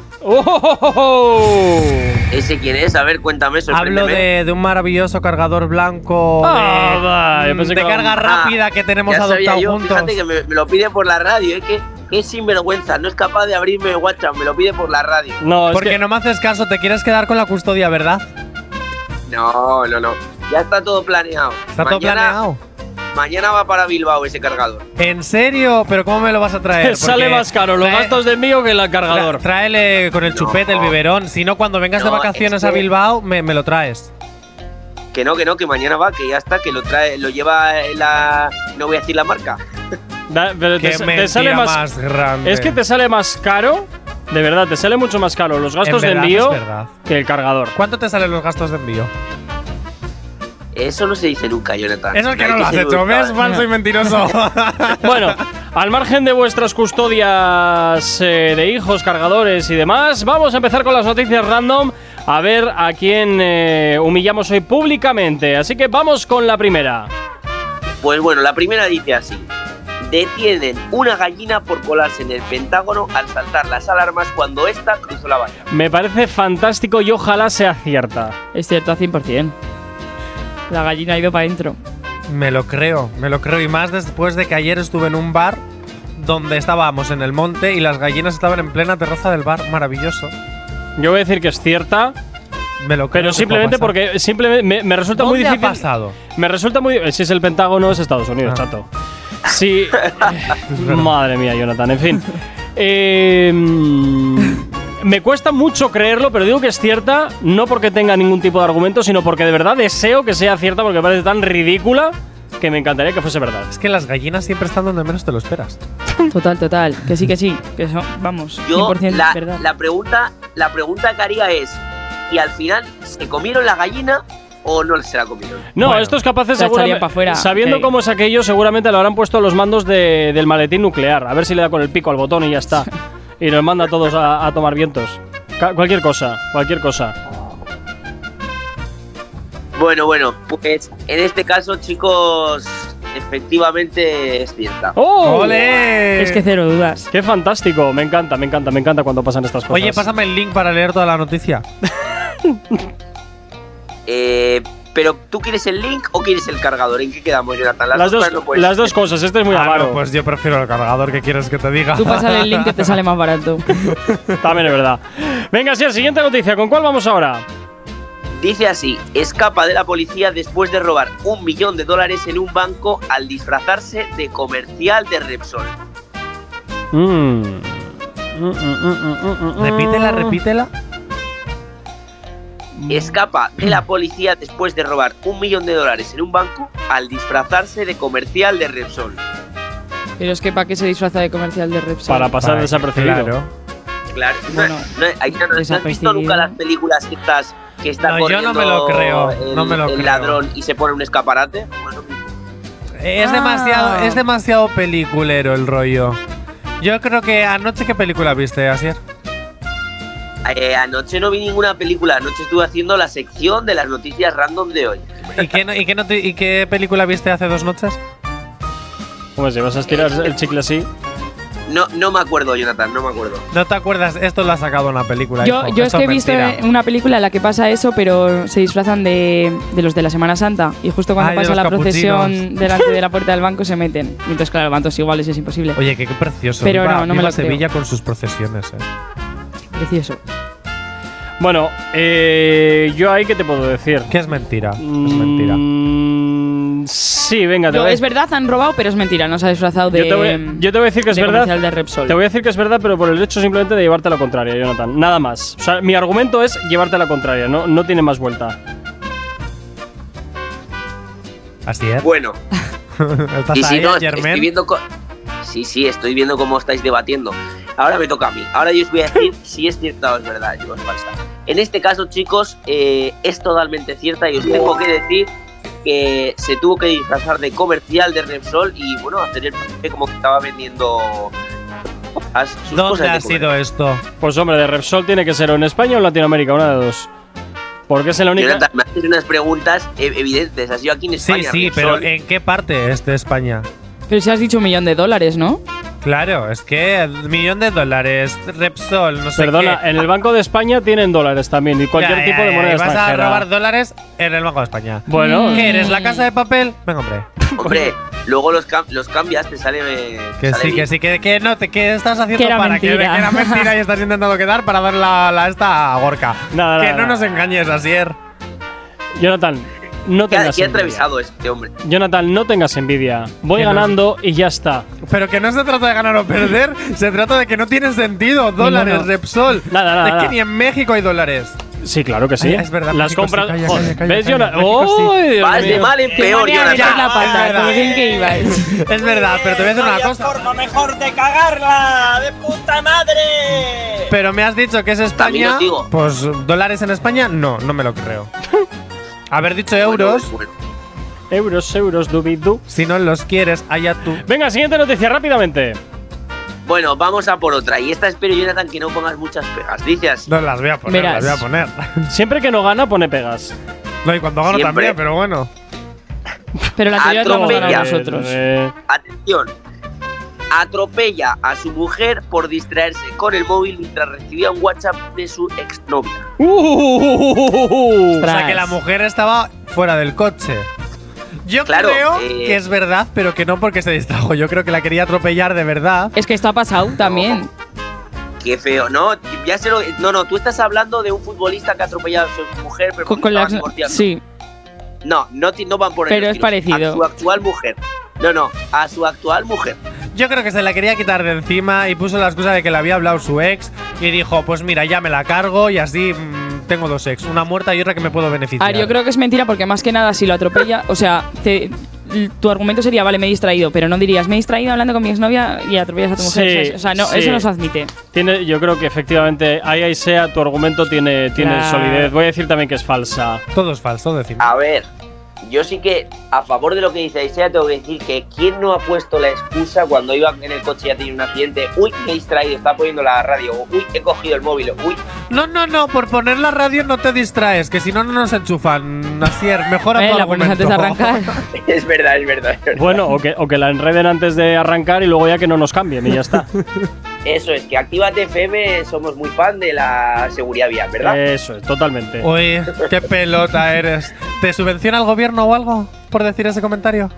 ¡Oh!
¿Ese quién es? A ver, cuéntame,
Hablo
sorpréndeme.
de, de un maravilloso cargador blanco
Ah,
de, mm,
va, yo pensé
de
que era un-
carga rápida que tenemos
Ah, ya sabía
adoptado
yo.
juntos.
Fíjate que me, me lo pide por la radio, es que es sinvergüenza. No es capaz de abrirme WhatsApp, me lo pide por la radio.
No, es
Porque
que
no me haces caso, te quieres quedar con la custodia, ¿verdad?
No, no, no. Ya está todo planeado.
Está todo
Mañana-
planeado.
Mañana va para Bilbao ese cargador.
¿En serio? ¿Pero cómo me lo vas a traer? Porque
[laughs] sale más caro los
trae-
gastos de mío que el
tra-
cargador.
Tráele con el chupete, el biberón. Si no, cuando vengas de
No,
vacaciones
es que-
a Bilbao, me, me lo traes.
Que no, que no, que mañana va, que ya está, que lo trae, lo lleva la. No voy a decir la marca.
Da- pero
Qué
te, te
mentira
sale más,
grande.
Es que te sale más caro, de verdad, te sale mucho más caro los gastos
En
de
verdad,
envío
es verdad.
que el cargador.
¿Cuánto te salen los gastos de envío?
Eso no se dice nunca, Jonathan.
Eso es que
Hay
no lo has
ser
hecho,
educado.
¿ves? Falso
[laughs]
y mentiroso.
Bueno, al margen de vuestras custodias eh, de hijos, cargadores y demás, vamos a empezar con las noticias random. A ver a quién eh, humillamos hoy públicamente. Así que vamos con la primera.
Pues bueno, la primera dice así: Detienen una gallina por colarse en el Pentágono al saltar las alarmas cuando ésta cruzó la valla.
Me parece fantástico y ojalá sea cierta.
Es cierto, a 100%. La gallina ha ido para [laughs] adentro.
me lo creo, me lo creo. Y más después de que ayer estuve en un bar donde estábamos en el monte y las gallinas estaban en plena terraza del bar. Maravilloso.
Yo voy a decir que es cierta,
Me lo creo.
pero
que
simplemente
puede pasar.
porque simplemente me, me resulta muy
¿Dónde ha
difícil.
pasado?
Me resulta muy. Si es el Pentágono, es Estados Unidos,
Ah.
chato.
[laughs]
Sí. madre mía, Jonathan, en fin. Eh, mm, me cuesta mucho creerlo, pero digo que es cierta, no porque tenga ningún tipo de argumento, sino porque de verdad deseo que sea cierta, porque me parece tan ridícula que me encantaría que fuese verdad.
Es que las gallinas siempre están donde menos te lo esperas.
Total, total. Que sí, que sí. Que eso, vamos.
Yo,
100%
la,
verdad.
la pregunta, la pregunta que haría es: ¿y al final se comieron la gallina o no se la comieron?
No,
Bueno,
estos capaces
la echarían
seguramente.
pa' fuera,
sabiendo
sí.
cómo es aquello, seguramente lo habrán puesto a los mandos de- del maletín nuclear. A ver si le da con el pico al botón y ya
[laughs]
está. y nos manda a todos a, a tomar vientos. Ca- cualquier cosa, cualquier cosa.
Bueno, bueno, pues en este caso, chicos, efectivamente es cierta.
¡Oh!
¡Ole!
Es que cero dudas.
¡Qué fantástico! Me encanta, me encanta, me encanta cuando pasan estas cosas.
Oye, pásame el link para leer toda la noticia.
Eh, pero tú quieres el link o quieres el cargador? ¿En qué quedamos, Jonathan?
Las, dos,
cosas no pueden
las
ser.
dos cosas, este es muy
Ah,
avaro.
no, pues yo prefiero el cargador que quieres que te diga.
Tú pásale el link que te sale más
[laughs]
barato.
[laughs] También es verdad. Venga, sí, siguiente noticia. ¿Con cuál vamos ahora?
Dice así: escapa de la policía después de robar un millón de dólares en un banco al disfrazarse de comercial de Repsol.
Mm. Mm, mm, mm, mm, mm, mm, mm.
Repítela, repítela.
Mm.
Escapa de la policía después de robar un millón de dólares en un banco al disfrazarse de comercial de Repsol.
Pero es que ¿para qué se disfraza de comercial de Repsol?
Para pasar
Vale,
desapercibido.
claro.
Claro,
Bueno,
no, ahí no- no, has visto
desapercibido.
nunca las películas que estás que está
No, yo no me lo
corriendo
creo,
el,
no me lo
el
creo.
ladrón y se pone un escaparate. Bueno,
Es
Ah.
demasiado, es demasiado peliculero el rollo. Yo creo que anoche qué película viste, Asier.
Eh, anoche no vi ninguna película, anoche estuve haciendo la sección de las noticias random de hoy.
¿Y qué, no- y qué no te- y qué película viste hace dos noches?
Hombre, si vas a estirar el chicle así.
No, no me acuerdo, Jonathan, no me acuerdo.
No te acuerdas, esto lo ha sacado una película.
Yo,
hijo,
yo es
eso
que he visto
mentira.
una película en la que pasa eso, pero se disfrazan de, de los de la Semana Santa. Y justo
Ah,
cuando
Ay, de
pasa
los
la procesión
capuchinos.
delante de la puerta del banco se meten. Y entonces, claro, van todos iguales, es imposible.
Oye, qué, qué precioso.
Pero
Viva-
no, no me
viva
lo creo.
Sevilla con sus procesiones. eh.
Precioso.
Bueno, eh, yo ahí, ¿qué te puedo decir?
Que es mentira. Es mentira.
Mm, sí, venga, te
No,
voy a-
es verdad, han robado, pero es mentira, no se ha disfrazado de.
yo, te voy, yo te voy a decir que es
de
verdad.
comercial de Repsol.
Te voy a decir que es verdad, pero por el hecho simplemente de llevarte a la contraria, Jonathan. Nada más. O sea, mi argumento es llevarte a la contraria, no, no tiene más vuelta.
Así es.
Bueno,
[laughs] Estás
y si
ahí,
no, est-
Germain.
estoy viendo. co- Sí, sí, estoy viendo cómo estáis debatiendo. Ahora me toca a mí. Ahora yo os voy a
[laughs]
decir si es cierta o es verdad, chicos, falsa. En este caso, chicos, eh, es totalmente cierta y os tengo que decir que se tuvo que disfrazar de comercial de Repsol y, bueno, hacer el papel como que estaba vendiendo cosas- sus
¿Dónde
cosas de
ha
comer.
sido esto?
Pues hombre, de Repsol tiene que ser o en España o en Latinoamérica, una de dos. Porque es la única.
Jonathan, me haces unas preguntas eh, evidentes. Has sido aquí en
Sí,
España.
sí,
Repsol.
pero ¿en qué parte es de España?
Pero si has dicho un millón de dólares, ¿no?
Claro, es que el millón de dólares, Repsol, no sé
Perdona,
qué.
en el Banco de España tienen dólares también y cualquier
Ya,
tipo
ya,
de
ya,
moneda
y Vas a
extranjera.
robar dólares en el Banco de España.
bueno,
Mm.
¿Qué eres, la casa de papel? Venga, hombre.
Hombre, luego los, cam- los cambias, te sale. eh, te
Que
sale
sí,
bien.
que sí, que, que no, te, que estás haciendo
Que era
para que-
mentira.
que era mentira y estás intentando quedar para dar la, la esta a Gorka.
Nada,
que
nada,
no
nada.
nos engañes, Asier.
Jonathan, no
¿Qué,
tengas
qué
envidia.
atravesado este hombre?
Jonathan, no tengas envidia. Voy
Que no-
ganando y ya está.
Pero que no se trata de ganar
[laughs]
o perder, se trata de que no tiene sentido. Dólares,
Ninguno.
Repsol.
Nada, nada,
Es
nada.
que ni en México hay dólares.
Sí, claro que sí.
Ay, es verdad,
Las
México sí,
compras.
calla,
Joder,
calla, calla,
¿Ves,
calla,
Jonathan?
México sí.
¡Ay, Dios
Vas de
mío!
mal en peor,
manera de
Jonathan.
la
es
Ah,
pata,
verdad.
como bien que ibas.
Es verdad, pero te voy a decir una
Vaya
cosa.
forma mejor de cagarla! ¡De puta madre!
Pero me has dicho que es
También
España.
os digo.
Pues dólares en España, no, no me lo
[laughs]
creo. Haber dicho
Bueno,
euros,
bueno.
Euros, euros, dubidu.
si no los quieres, allá tú.
Venga, siguiente noticia rápidamente.
Bueno, vamos a por otra. Y esta espero, Jonathan, que no pongas muchas pegas. Dices,
No las voy a poner,
Verás.
las voy a poner. [laughs]
Siempre que no gana, pone pegas.
No, y cuando gano
Siempre.
también, pero bueno.
Pero la anterior la hemos ganado
Atropella.
nosotros.
Eh,
atención. Atropella a su mujer por distraerse con el móvil mientras recibía un WhatsApp de su exnovia.
¡Uh!
O sea,
Ostras.
que la mujer estaba fuera del coche. Yo
Claro,
creo
eh.
que es verdad, pero que no porque se distrajo. Yo creo que la quería atropellar de verdad.
Es que está pasado también.
Qué feo, ¿no? Ya sé lo que- No, no, tú estás hablando de un futbolista que ha atropellado a su mujer, pero
Con,
porque
con la,
estaban divorciados.
sí,
No, no, ti- no van por ahí
Pero
los
es
tiros.
parecido.
A su actual mujer. No, no, a su actual mujer.
Yo creo que se la quería quitar de encima y puso la excusa de que le había hablado su ex y dijo, pues mira, ya me la cargo y así mm, tengo dos ex, una muerta y otra que me puedo
A
beneficiar.
ver, Ah, yo creo que es mentira porque más que nada si lo atropella, o sea, te- l- tu argumento sería, vale, me he distraído, pero no dirías, me he distraído hablando con mi exnovia y atropellas a tu mujer.
Sí,
¿sabes? O sea, no,
sí.
eso no se admite.
Tiene, yo creo que efectivamente, ahí ahí sea, tu argumento tiene, tiene
Claro.
solidez. Voy a decir también que es falsa.
Todo es falso,
Ah.
decimos.
A ver, yo sí que a favor de lo que dice Aisea tengo que decir que quién no ha puesto la excusa cuando iba en el coche y ya tenía un accidente, uy, me he distraído, está poniendo la radio, o, uy, he cogido el móvil, o, uy, [laughs]
No, no, no, por poner la radio no te distraes, que si no, no nos enchufan. Asier, mejora
Eh,
tu
la pones antes
argumento.
de arrancar.
[laughs]
es verdad, es verdad. es verdad.
Bueno, o que, o que la enreden antes de arrancar y luego ya que no nos cambien y ya
[laughs]
está.
Eso es, que Actívate FM somos muy fan de la seguridad vial, ¿verdad?
Eso es, totalmente.
Oye, qué pelota eres. ¿Te subvenciona el gobierno o algo por decir ese comentario?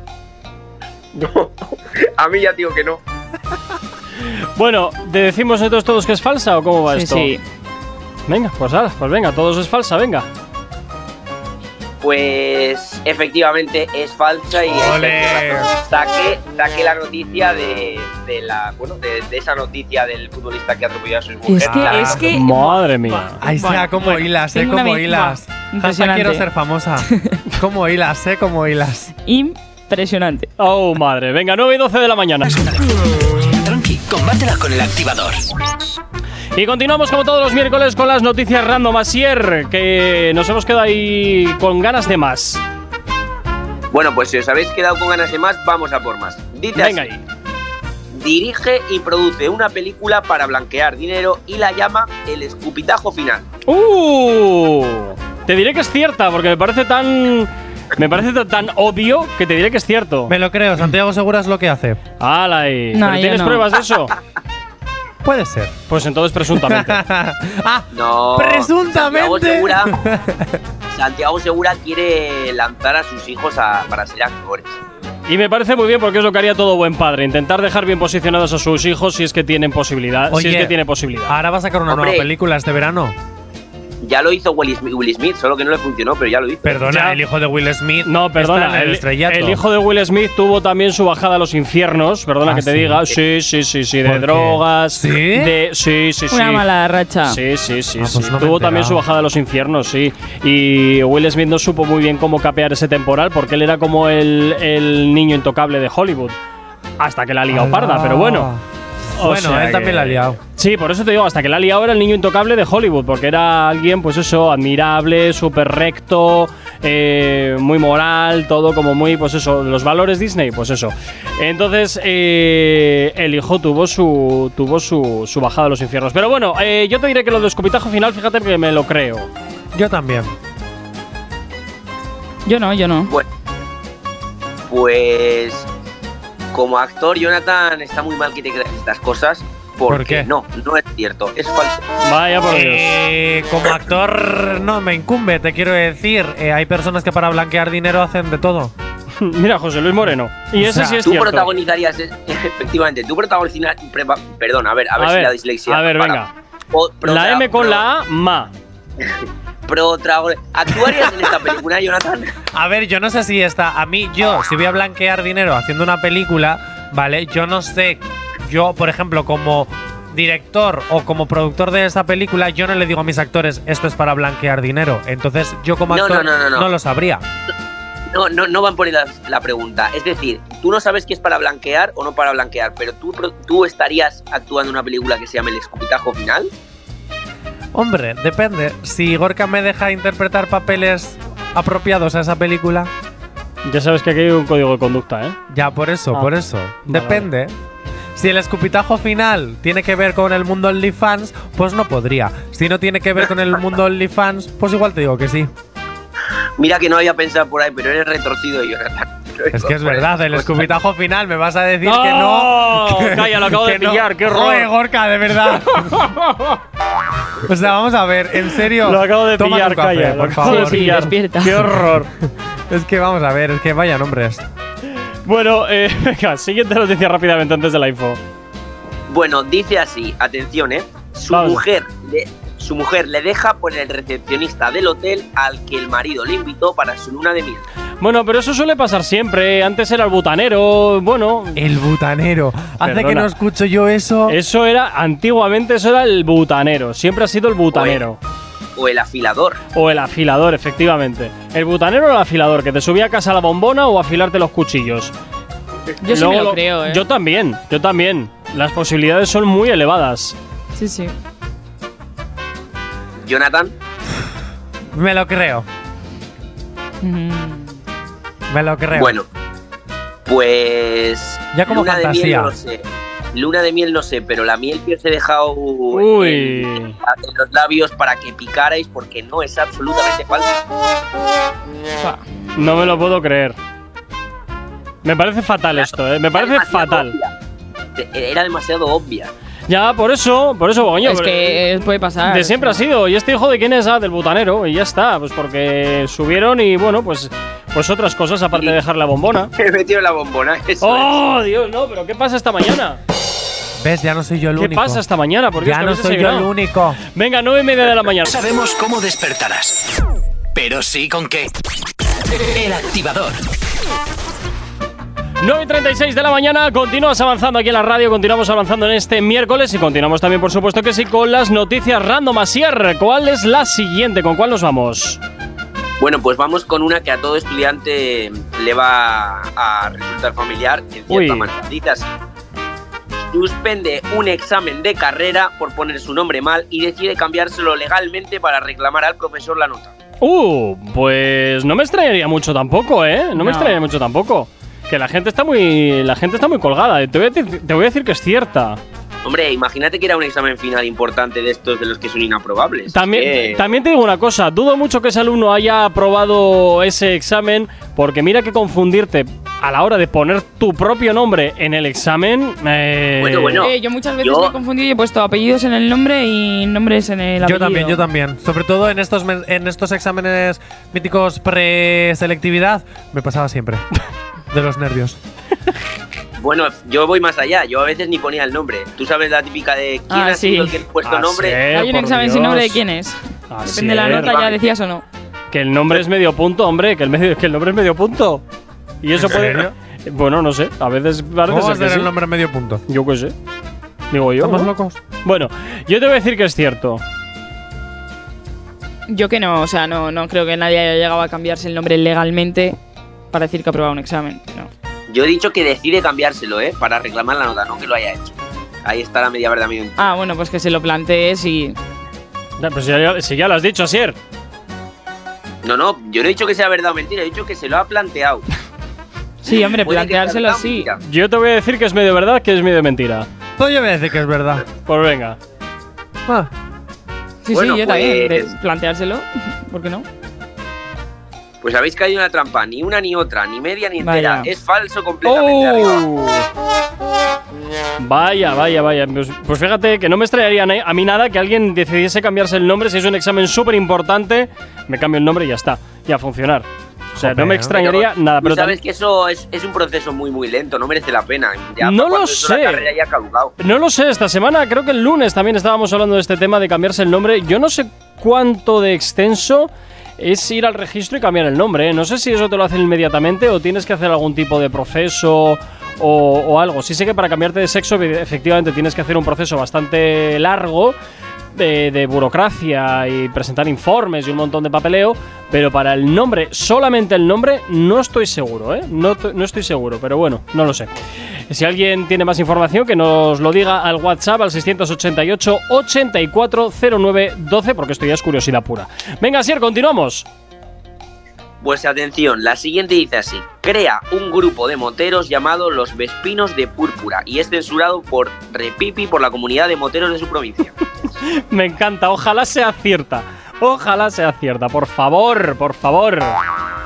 [laughs] A mí ya digo que no.
Bueno, ¿te decimos nosotros todos que es falsa o cómo va
sí,
esto?
sí.
Venga, pues ahora, pues venga, todos es falsa, venga.
Pues efectivamente es falsa y hay
Ole.
que razón. saqué, saqué la noticia de, de la bueno de, de esa noticia del futbolista que atropelló a su mujer.
Es que,
Ah.
La-
es que
Madre mía.
Ahí está,
Bueno,
como
bueno,
hilas, eh,
tengo una
como
vi-
hilas.
Buah,
Hashtag
impresionante.
quiero ser famosa. como hilas, eh, como hilas.
impresionante.
Oh, madre. Venga, 9 y 12 de la mañana.
Tranqui, combátela con el activador.
Y continuamos como todos los miércoles con las noticias random asier, que nos hemos quedado ahí con ganas de más.
Bueno, pues si os habéis quedado con ganas de más, vamos a por más. Dice
Venga
así,
ahí.
dirige y produce una película para blanquear dinero y la llama El escupitajo final.
¡Uh! Te diré que es cierta, porque me parece tan. Me parece ta- tan obvio que te diré que es cierto.
Me lo creo, Santiago Segura es lo que hace.
¡Hala! y-
No,
¿Pero
yo
¿Tienes
no.
pruebas de
[laughs]
eso?
Puede ser. [laughs]
Pues entonces presuntamente.
ah,
No. Santiago
presuntamente.
Segura, Santiago Segura quiere lanzar a sus hijos a- para ser actores.
y me parece muy bien porque es lo que haría todo buen padre, intentar dejar bien posicionados a sus hijos si es que tienen posibilidad, si es
Oye, ah,
que tiene posibilidad.
Ahora va a sacar una
Hombre.
nueva película este verano.
Ya lo hizo Will Smith, Will Smith, solo que no le funcionó, pero ya lo hizo.
Perdona,
Ya.
el hijo de Will Smith.
No,
está en
perdona.
el,
El,
estrellato.
el hijo de Will Smith tuvo también su bajada a los infiernos. Perdona
Ah,
que te
sí.
diga. Sí, sí, sí, sí. De
¿Por qué?
drogas.
¿Sí?
De, sí, sí, sí.
Una mala racha.
Sí, sí, sí.
Ah, pues
sí.
no me he
tuvo también
enterado.
su bajada a los infiernos, sí. Y Will Smith no supo muy bien cómo capear ese temporal porque él era como el, el niño intocable de Hollywood. Hasta que la ha liado
Alá.
parda, pero bueno. O
Bueno,
sea
él también
que-
la ha liado.
Sí, por eso te digo, hasta que la ha liado era el niño intocable de Hollywood, porque era alguien, pues eso, admirable, súper recto, eh, muy moral, todo como muy, pues eso, los valores Disney, pues eso. Entonces, eh, el hijo tuvo su tuvo su, su bajada a los infiernos. Pero bueno, eh, yo te diré que lo de escupitajo final, fíjate que me lo creo.
Yo también.
Yo no, yo no.
Bueno, pues como actor, Jonathan está muy mal que te creas estas cosas. Porque
¿Por qué?
no, no es cierto, es falso.
Vaya por Dios. [laughs]
Eh, como actor no me incumbe, te quiero decir. Eh, hay personas que para blanquear dinero hacen de todo.
Mira, José Luis Moreno. Y
O
ese
sea,
sí es
tú
cierto.
protagonizarías, eh, [laughs] efectivamente, tú protagonizarías. prepa- Perdón, a ver, a ver,
A
si
ver,
la dislexia.
a ver,
para.
venga.
O-
La
prota-
M con
pro-
la A, ma.
protagon- ¿Actuarías en esta película, [laughs] Jonathan?
A ver, yo no sé si está. A mí, yo, si voy a blanquear dinero haciendo una película, ¿vale? Yo no sé. Yo, por ejemplo, como director o como productor de esa película, yo no le digo a mis actores esto es para blanquear dinero. Entonces, yo como
No,
actor
no, no, no, no.
lo sabría.
No, no, no van por ahí la, la pregunta. Es decir, tú no sabes que es para blanquear o no para blanquear, pero tú, pro- tú estarías actuando en una película que se llama El escupitajo final.
Hombre, depende. Si Gorka me deja interpretar papeles apropiados a esa película,
Ya sabes que aquí hay un código de conducta, ¿eh?
ya por eso,
Ah,
por eso.
vale.
Depende. Si el escupitajo final tiene que ver con el mundo OnlyFans, pues no podría. Si no tiene que ver con el mundo OnlyFans, pues igual te digo que sí.
Mira que no había pensado por ahí, pero eres retorcido, Jonathan.
Es que es
Pues,
verdad, el escupitajo final me vas a decir
¡No!
que no.
[laughs] Calla, lo acabo de pillar, qué horror.
Joder, Gorka,
[laughs]
de verdad. o sea, vamos a ver, en serio.
Lo acabo de
toma tu
pillar,
café,
calla. lo
por
acabo de
favor.
Sí, sí,
pillar.
despierta.
Qué horror.
Es que vamos a ver, es que vaya nombres.
Bueno, eh, [laughs] venga, siguiente noticia rápidamente antes de la info.
Bueno, dice así, atención, ¿eh? Su
Vamos.
mujer, le, su mujer le deja por el recepcionista del hotel al que el marido le invitó para su luna de miel.
Bueno, pero eso suele pasar siempre. eh. Antes era el butanero. Bueno,
El butanero. Hace
Perdona. Eh.
que no escucho yo eso.
eso era, antiguamente eso era el butanero. Siempre ha sido el butanero.
O el afilador.
O el afilador, efectivamente. El butanero o el afilador, que te subía a casa la bombona o a afilarte los cuchillos.
Yo sí
Luego
me lo
lo-
creo, ¿eh?
Yo también, yo también. Las posibilidades son muy elevadas.
Sí, sí.
Jonathan,
Me lo creo.
Mm.
Me lo creo.
bueno, pues...
Ya como
luna de
fantasía.
miel no sé. Luna de miel no sé, pero la miel que os he dejado
Uy.
En, en los labios para que picarais porque no es absolutamente falso.
No me lo puedo creer. Me parece fatal esto, ¿eh? Me parece
Era demasiado
fatal.
obvia. Eh, Era demasiado obvia. [laughs]
Ya, por eso, por eso, coño.
es
pero-
que eh, puede pasar.
De siempre ha sido. ¿Y este hijo de quién es? Ah, del butanero. Y ya está. Pues porque subieron y bueno, pues, pues otras cosas aparte de dejar la bombona.
He metido la bombona. Eso
¡Oh, Dios! No, pero ¿qué pasa esta mañana?
¿Ves? Ya no soy yo el
¿Qué
único.
pasa esta mañana? Porque
Ya no soy yo el único.
Venga, nueve y media de la mañana.
No sabemos cómo despertarás, pero sí con qué. El activador.
9 y 36 de la mañana, continúas avanzando aquí en la radio, continuamos avanzando en este miércoles y continuamos también, por supuesto que sí, con las noticias random. Asier, ¿cuál es la siguiente? ¿Con cuál nos vamos?
Bueno, pues vamos con una que a todo estudiante le va a resultar familiar en
Uy.
cierta manera. Dice así. Suspende un examen de carrera por poner su nombre mal y decide cambiárselo legalmente para reclamar al profesor la nota.
Uh, pues no me extrañaría mucho tampoco, ¿eh? No, me
No.
extrañaría mucho tampoco. Que la gente está muy, la gente está muy colgada. Te voy a decir, te voy a decir que es cierta.
Hombre, imagínate que era un examen final importante de estos de los que son inaprobables.
También,
Eh,
también te digo una cosa, dudo mucho que ese alumno haya aprobado ese examen, porque mira que confundirte a la hora de poner tu propio nombre en el examen. eh,
Bueno, bueno. No,
Eh, yo muchas veces
yo-
me he confundido y he puesto apellidos en el nombre y nombres en el apellido.
Yo también, yo también. Sobre todo en estos, men- en estos exámenes míticos preselectividad, me pasaba siempre. [laughs] De los nervios.
Bueno, yo voy más allá. Yo a veces ni ponía el nombre. Tú sabes la típica de quién
Ah,
ha sido
sí.
el que ha puesto
a
nombre.
ser,
Eh,
Hay un
por
examen sin
Dios.
nombre de quién es.
A
Depende de la
ser.
nota, ya decías o no.
Que el nombre es medio punto, hombre, que el, medio- que el nombre es medio punto. Y eso
¿En
puede.
serio?
Bueno, no sé, a veces parece
¿Cómo vas
ser
a
que
tener
sí.
el nombre a medio punto?
Yo qué sé. Digo yo.
¿Estamos
¿no?
locos?
Bueno, yo te voy a decir que es cierto.
Yo que no, o sea, no, no creo que nadie haya llegado a cambiarse el nombre legalmente para decir que ha aprobado un examen. No.
Yo he dicho que decide cambiárselo, ¿eh? Para reclamar la nota, no que lo haya hecho. Ahí está la media verdad. amigo.
Ah, bueno, pues que se lo plantees y.
Ya, Pues ya, si ya lo has dicho, Asier.
No, no, yo no he dicho que sea verdad o mentira. He dicho que se lo ha planteado.
Sí, hombre,
Puede que sea
planteárselo
verdad o
sí.
mentira.
Yo te voy a decir que es medio verdad, que es medio mentira.
Todo yo voy a decir que es verdad.
Pues venga.
Ah,
Sí,
Bueno,
sí, yo
pues-
también. de- planteárselo, [laughs] ¿por qué no?
Pues habéis caído en una trampa. Ni una ni otra, ni media ni entera.
Vaya.
Es falso
Oh.
completamente. arriba.
Vaya, vaya, vaya. Pues, pues fíjate que no me extrañaría na- a mí nada que alguien decidiese cambiarse el nombre. Si es un examen súper importante, me cambio el nombre y ya está. Y a funcionar. O sea, no me
Joder.
extrañaría nada.
Tú
Pero
sabes que eso es, es un proceso muy, muy lento. No merece la pena. Ya
No
para cuando
lo
eso
sé.
La carrera ya ha caducado.
No lo sé, esta semana, creo que el lunes también estábamos hablando de este tema de cambiarse el nombre. Yo no sé cuánto de extenso es ir al registro y cambiar el nombre. ¿eh? No sé si eso te lo hacen inmediatamente o tienes que hacer algún tipo de proceso o, o algo. Sí sé que para cambiarte de sexo evi- efectivamente tienes que hacer un proceso bastante largo. De, de burocracia y presentar informes y un montón de papeleo, pero para el nombre, solamente el nombre, no estoy seguro, ¿eh? No, t- no estoy seguro, pero bueno, no lo sé. Si alguien tiene más información, que nos lo diga al WhatsApp al 688 8409 12, porque esto ya es curiosidad pura. Venga, Sier, continuamos. [laughs]
Pues atención, la siguiente dice así: crea un grupo de moteros llamado los Vespinos de Púrpura y es censurado por Repipi por la comunidad de moteros de su provincia.
Me encanta, ojalá sea cierta. Ojalá sea cierta, por favor, por favor.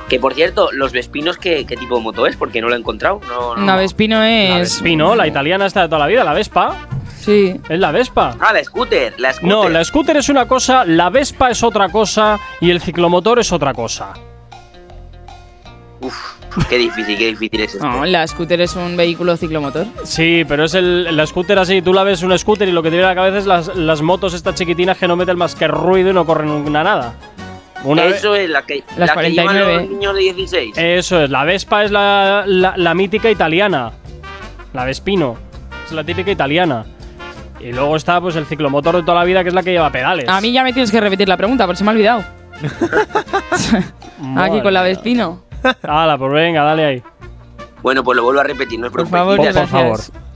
que por cierto, los Vespinos, ¿qué, qué tipo de moto es? Porque no lo he encontrado. No, no,
Una Vespino
La
es.
Vespino, la italiana está de toda la vida, la Vespa.
Sí.
Es la Vespa.
Ah, la scooter, la scooter.
No, la scooter es una cosa, la Vespa es otra cosa y el ciclomotor es otra cosa.
Uf, qué difícil, qué difícil es esto.
No, la scooter es un vehículo ciclomotor.
Sí, pero es el, la scooter así, tú la ves un scooter y lo que te viene a la cabeza es las, las motos estas chiquitinas que no meten más que ruido y no corren una nada. Una ve-
Eso es la que,
Las
la que llevan
49.
los niños de 16.
Eso es, la Vespa es la, la- la mítica italiana. La Vespino. Es la típica italiana. Y luego está pues el ciclomotor de toda la vida que es la que lleva pedales.
A mí ya me tienes que repetir la pregunta, por si me he olvidado. Aquí con la
Vespino.
Vespino.
Hala, pues venga, dale ahí.
Bueno, pues lo vuelvo a repetir, no os
Por
preocupéis.
favor,
Por
gracias.
favor.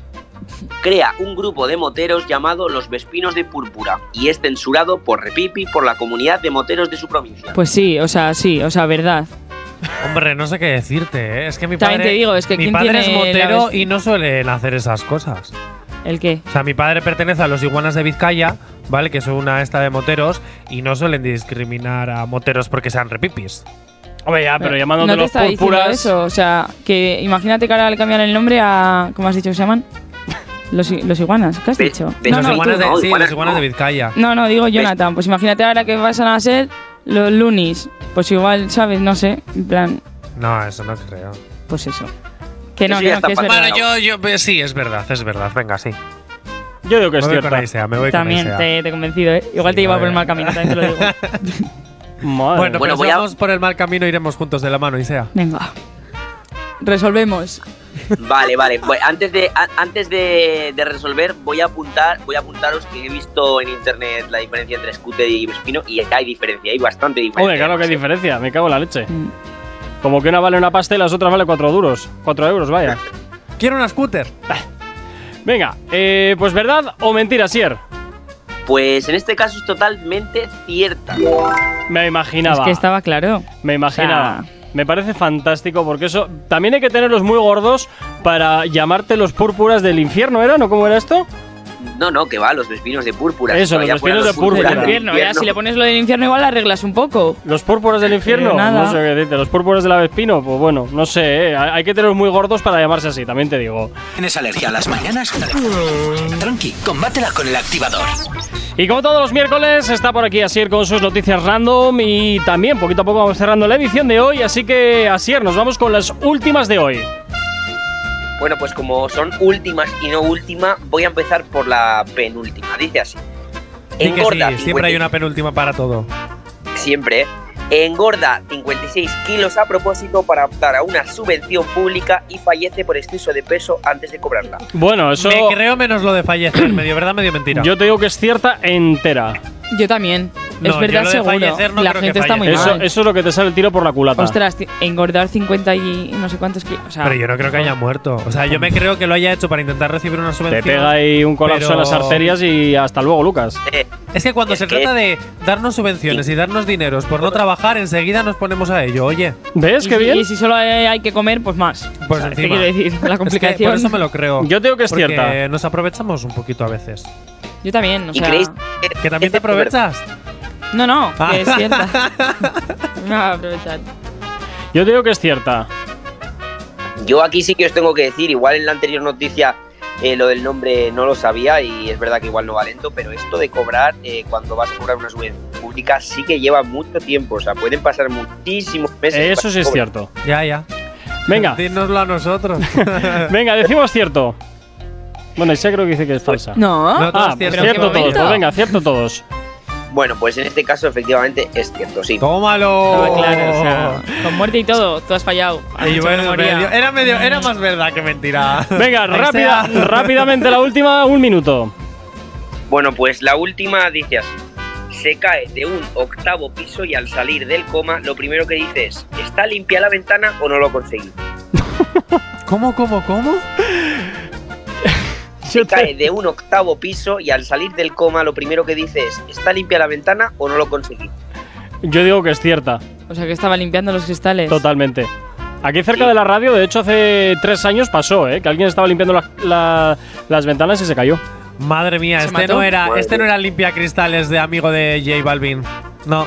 Crea un grupo de moteros llamado los Vespinos de Púrpura y es censurado por Repipi por la comunidad de moteros de su provincia.
Pues sí, o sea, sí, o sea, verdad.
Hombre, no sé qué decirte, ¿eh? Es que mi padre.
También te digo, es que
mi
¿quién
padre
tiene
es
la
motero
vez-
y no suelen hacer esas cosas.
¿El qué?
O sea, mi padre pertenece a los iguanas de Vizcaya, ¿vale? Que son una esta de moteros y no suelen discriminar a moteros porque sean repipis.
Hombre, ya, pero llamándote
no te
los
estaba diciendo
púrpuras.
eso, o sea, que imagínate que ahora le cambian el nombre a. ¿Cómo has dicho que se llaman? Los, i- los iguanas, ¿qué has
Ve-
dicho?
ve-
No
los
no,
iguanas
tú
de,
no,
sí,
iguanas
los iguanas
no.
de Vizcaya.
no, no, digo
ves-
Jonathan. Pues imagínate ahora que van a ser los lunis. Pues igual, ¿sabes? No sé, en plan,
No, eso no creo.
pues eso. Que no,
Eso
que,
ya
no,
está
que es
pasado.
verdad.
Bueno, yo, yo eh, sí, es verdad, es verdad. Venga, sí.
Yo digo que es
me voy con
cierta.
Aisea, me voy
También
con Aisea.
te, te he convencido, ¿eh? Igual
Sí,
te iba por
madre.
el mal camino, también te lo digo.
[laughs]
Madre
Bueno, pues
Bueno, voy a-
vamos por el mal camino, iremos juntos de la mano, Isea.
Venga. Resolvemos.
Vale, vale. Bu- Antes de, a- antes de, de resolver, voy a apuntar, voy a apuntaros que he visto en internet la diferencia entre scooter y espino y hay diferencia, hay bastante diferencia.
Hombre, claro que hay
Sí.
diferencia, me cago en la leche.
Mm.
Como que una vale una pasta y las otras vale cuatro duros. Cuatro euros, vaya.
Quiero una scooter.
Venga, eh, pues verdad o mentira, Sier.
Pues en este caso es totalmente cierta.
Me
Es
imaginaba.
que estaba claro.
Me imaginaba.
O sea-
Me parece fantástico porque eso. También hay que tenerlos muy gordos para llamarte los púrpuras del infierno, ¿eran o cómo era esto?
No, no, que va, los vespinos de púrpura.
Eso,
Todavía
los
fueran
vespinos de púrpura.
Del
Claro,
infierno, ya, si le pones lo del infierno igual arreglas un poco.
¿Los púrpuras del infierno?
Eh, nada.
No sé qué decirte. ¿Los púrpuras del avespino? Pues bueno, no sé, ¿eh? Hay que tenerlos muy gordos para llamarse así, también te digo.
¿Tienes alergia a las mañanas? Tranqui, combátela con el activador.
Y como todos los miércoles, está por aquí Asier con sus noticias random y también poquito a poco vamos cerrando la edición de hoy, así que Asier, nos vamos con las últimas de hoy.
Bueno, pues como son últimas y no última, voy a empezar por la penúltima. Dice así.
Di que
Engorda.
sí, siempre hay
56
una penúltima para todo.
Siempre. ¿eh? Engorda 56 kilos a propósito para optar a una subvención pública y fallece por exceso de peso antes de cobrarla.
Bueno, eso
Me creo menos lo de fallecer, medio verdad, medio mentira.
yo te digo que es cierta entera.
Yo también.
No,
es verdad,
yo lo de
seguro.
fallecer no
la
creo que
gente está muy
Eso,
mal.
eso es lo que te sale el tiro por la culata.
Ostras, ti- engordar 50 y no sé cuántos kilos. O sea,
pero yo no creo que haya muerto. O sea, yo me creo que lo haya hecho para intentar recibir una
te
subvención.
pega ahí un colapso en las
pero-
arterias y hasta luego, Lucas.
Eh,
Es que cuando
Es
se
que-
trata de darnos subvenciones y darnos dineros por no trabajar, enseguida nos ponemos a ello. Oye,
¿Ves
y
qué
si-
bien?
Y si solo hay, hay que comer, pues más.
Pues
¿Sabes
encima.
¿Qué quiero decir? La
es que
complicación.
por eso me lo creo.
Yo te digo que es
Porque
cierta.
nos aprovechamos un poquito a veces.
Yo también, o
¿Y
sea.
creéis
¿Que también te
este-
aprovechas?
No, no,
Ah.
que es cierta.
[laughs]
me va a aprovechar.
Yo te digo que es cierta.
Yo aquí sí que os tengo que decir, igual en la anterior noticia eh, lo del nombre no lo sabía y es verdad que igual no va lento, pero esto de cobrar eh, cuando vas a cobrar una subvención pública sí que lleva mucho tiempo, o sea, pueden pasar muchísimos meses.
Eso
para
sí es
cobrar.
cierto.
Ya, ya.
Venga,
Dínoslo
[laughs]
a nosotros.
venga, decimos cierto. Bueno, ya creo que dice que es falsa.
No.
No,
Ah,
todos
pues
ciertos.
pero qué
cierto todos.
momento.
Pues venga, cierto todos.
Bueno, pues en este caso efectivamente es cierto, sí.
¡Tómalo!
Estaba claro, o sea, con muerte y todo, tú has fallado. Has
Y
dicho que
bueno,
no moría.
medio- era, medio, era más verdad que mentira.
Venga,
Ahí
rápida,
sea.
rápidamente la última, un minuto.
Bueno, pues la última dice así. Se cae de un octavo piso y al salir del coma lo primero que dice es, ¿está limpia la ventana o no lo conseguí?
¿Cómo, cómo, cómo?
Yo te-
cae de un octavo piso y al salir del coma lo primero que dice es ¿está limpia la ventana o no lo conseguí?
Yo digo que es cierta,
O sea, que estaba limpiando los cristales.
totalmente. Aquí cerca
Sí.
de la radio, de hecho, hace tres años pasó, ¿eh? Que alguien estaba limpiando la- la- las ventanas y se cayó.
Madre mía,
¿Se
este
mató?
no, era,
Madre.
este no era limpia cristales de amigo de J Balvin. No,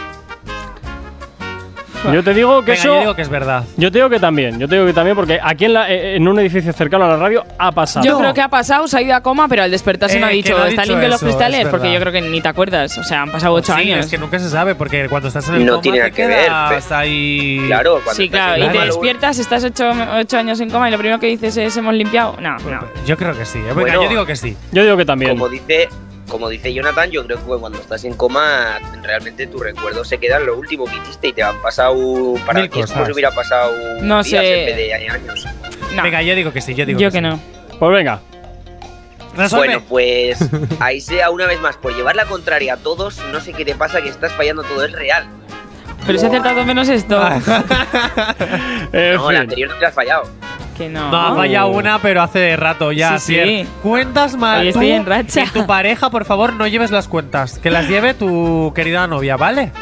Yo te digo que
Venga,
eso.
yo digo que es verdad.
Yo te digo que también, yo te digo que también, porque aquí en, la- eh, en un edificio cercano a la radio ha pasado.
Yo creo que ha pasado, se ha ido a coma, pero al despertarse
Eh,
me ha
que
dicho,
no ha
¿está
dicho
limpio los
eso, es
cristales? Porque
verdad. Pues
yo creo que ni te acuerdas. O sea, han pasado ocho
Sí,
años.
Es que nunca se sabe, porque cuando estás en el
No
coma
tiene
te
que ver,
quedas
pe-
ahí.
Claro, cuando
Sí,
estás
claro,
en
y
el
te
coma, lo-
despiertas, estás ocho, ocho años en coma y lo primero que dices es hemos limpiado. No, no.
Yo creo que sí. eh. Venga,
Bueno.
yo digo que sí.
Yo digo que también.
Como dice, como dice Jonathan, yo creo que cuando estás en coma realmente tus recuerdos se quedan lo último que hiciste y te han pasado para
Mil
ti es como
cosas.
si hubiera pasado
No
días
sé.
en vez de años.
no.
Venga, yo digo que sí. Yo digo
yo
que,
que no.
Pues venga,
sí. Resuelve.
Bueno, pues ahí sea una vez más, por llevar la contraria a todos, no sé qué te pasa que estás fallando todo, es real.
Pero se ha acertado menos
[laughs]
esto.
en
No, la
fin.
anterior no te has fallado.
que no.
no, ha fallado una, pero hace rato ya.
Sí,
Asier.
sí.
Cuentas mal.
Hoy
tú
estoy en racha.
Y tu pareja, por favor, no lleves las cuentas. Que las lleve tu querida novia, ¿vale?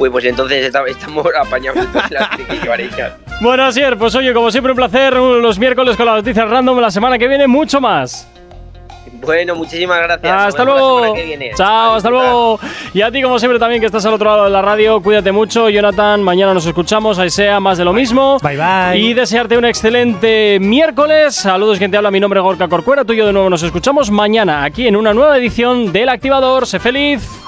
Uy, pues entonces esta- estamos [laughs] apañados de las que llevaré ya.
Bueno, Asier, pues oye, como siempre, un placer un- los miércoles con las noticias random. La semana que viene, mucho más.
Bueno, muchísimas gracias. Nos
Hasta
vemos la
luego.
semana que viene.
Chao,
A
hasta
disfrutar.
luego. Y a ti, como siempre, también que estás al otro lado de la radio, cuídate mucho. Jonathan, mañana nos escuchamos. Ahí sea más de lo mismo.
Bye, bye.
Y desearte un excelente miércoles. Saludos, quien te habla. Mi nombre es Gorka Corcuera. Tú y yo de nuevo nos escuchamos mañana aquí en una nueva edición del Activador. Sé feliz.